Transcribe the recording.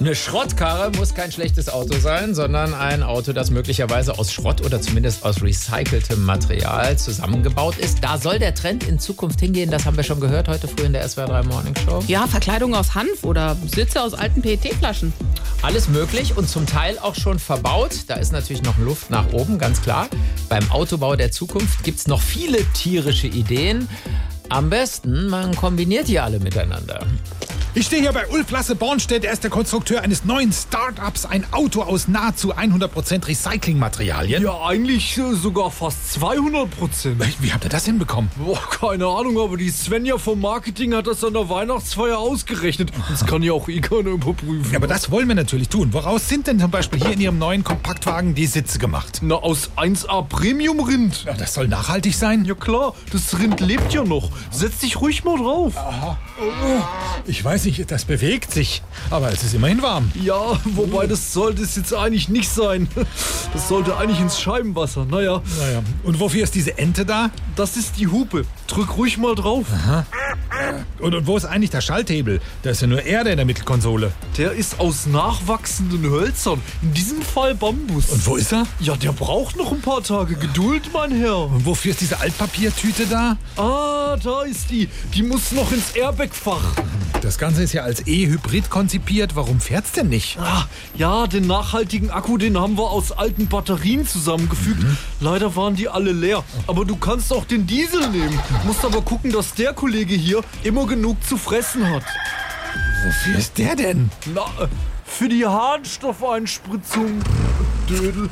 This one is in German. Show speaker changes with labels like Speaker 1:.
Speaker 1: Eine Schrottkarre muss kein schlechtes Auto sein, sondern ein Auto, das möglicherweise aus Schrott oder zumindest aus recyceltem Material zusammengebaut ist. Da soll der Trend in Zukunft hingehen, das haben wir schon gehört heute früh in der SWR3 Morning Show.
Speaker 2: Ja, Verkleidung aus Hanf oder Sitze aus alten E PET-Flaschen.
Speaker 1: Alles möglich und zum Teil auch schon verbaut. Da ist natürlich noch Luft nach oben, ganz klar. Beim Autobau der Zukunft gibt es noch viele tierische Ideen. Am besten, man kombiniert die alle miteinander.
Speaker 3: Ich stehe hier bei Ulf Lasse Bornstedt. Er ist der Konstrukteur eines neuen Startups, ein Auto aus nahezu 100% Recyclingmaterialien.
Speaker 4: Ja, eigentlich äh, sogar fast 200 Prozent.
Speaker 3: Wie habt ihr das hinbekommen?
Speaker 4: Boah, keine Ahnung, aber die Svenja vom Marketing hat das an der Weihnachtsfeier ausgerechnet. Das kann ja auch eh keiner überprüfen.
Speaker 3: Ja, aber das wollen wir natürlich tun. Woraus sind denn zum Beispiel hier in Ihrem neuen Kompaktwagen die Sitze gemacht?
Speaker 4: Na, aus 1A Premium-Rind.
Speaker 3: Ja, das soll nachhaltig sein.
Speaker 4: Ja klar, das Rind lebt ja noch. Setz dich ruhig mal drauf.
Speaker 3: Ich weiß nicht, das bewegt sich. Aber es ist immerhin warm.
Speaker 4: Ja, wobei das sollte es jetzt eigentlich nicht sein. Das sollte eigentlich ins Scheibenwasser. Naja,
Speaker 3: Naja. Und wofür ist diese Ente da?
Speaker 4: das ist die Hupe. Drück ruhig mal drauf.
Speaker 3: Und, und wo ist eigentlich der Schalthebel? Da ist ja nur Erde in der Mittelkonsole.
Speaker 4: Der ist aus nachwachsenden Hölzern. In diesem Fall Bambus.
Speaker 3: Und wo ist er?
Speaker 4: Ja, der braucht noch ein paar Tage Geduld, mein Herr.
Speaker 3: Und wofür ist diese Altpapiertüte da?
Speaker 4: Ah, da ist die. Die muss noch ins Airbag-Fach.
Speaker 3: Das Ganze ist ja als E-Hybrid konzipiert. Warum fährt's denn nicht?
Speaker 4: Ah, ja, den nachhaltigen Akku, den haben wir aus alten Batterien zusammengefügt. Leider waren die alle leer. Aber du kannst auch den Diesel nehmen. Musst aber gucken, dass der Kollege hier immer genug zu fressen hat.
Speaker 3: Wofür ist der denn?
Speaker 4: Na, äh, für die Harnstoffeinspritzung. Dödel.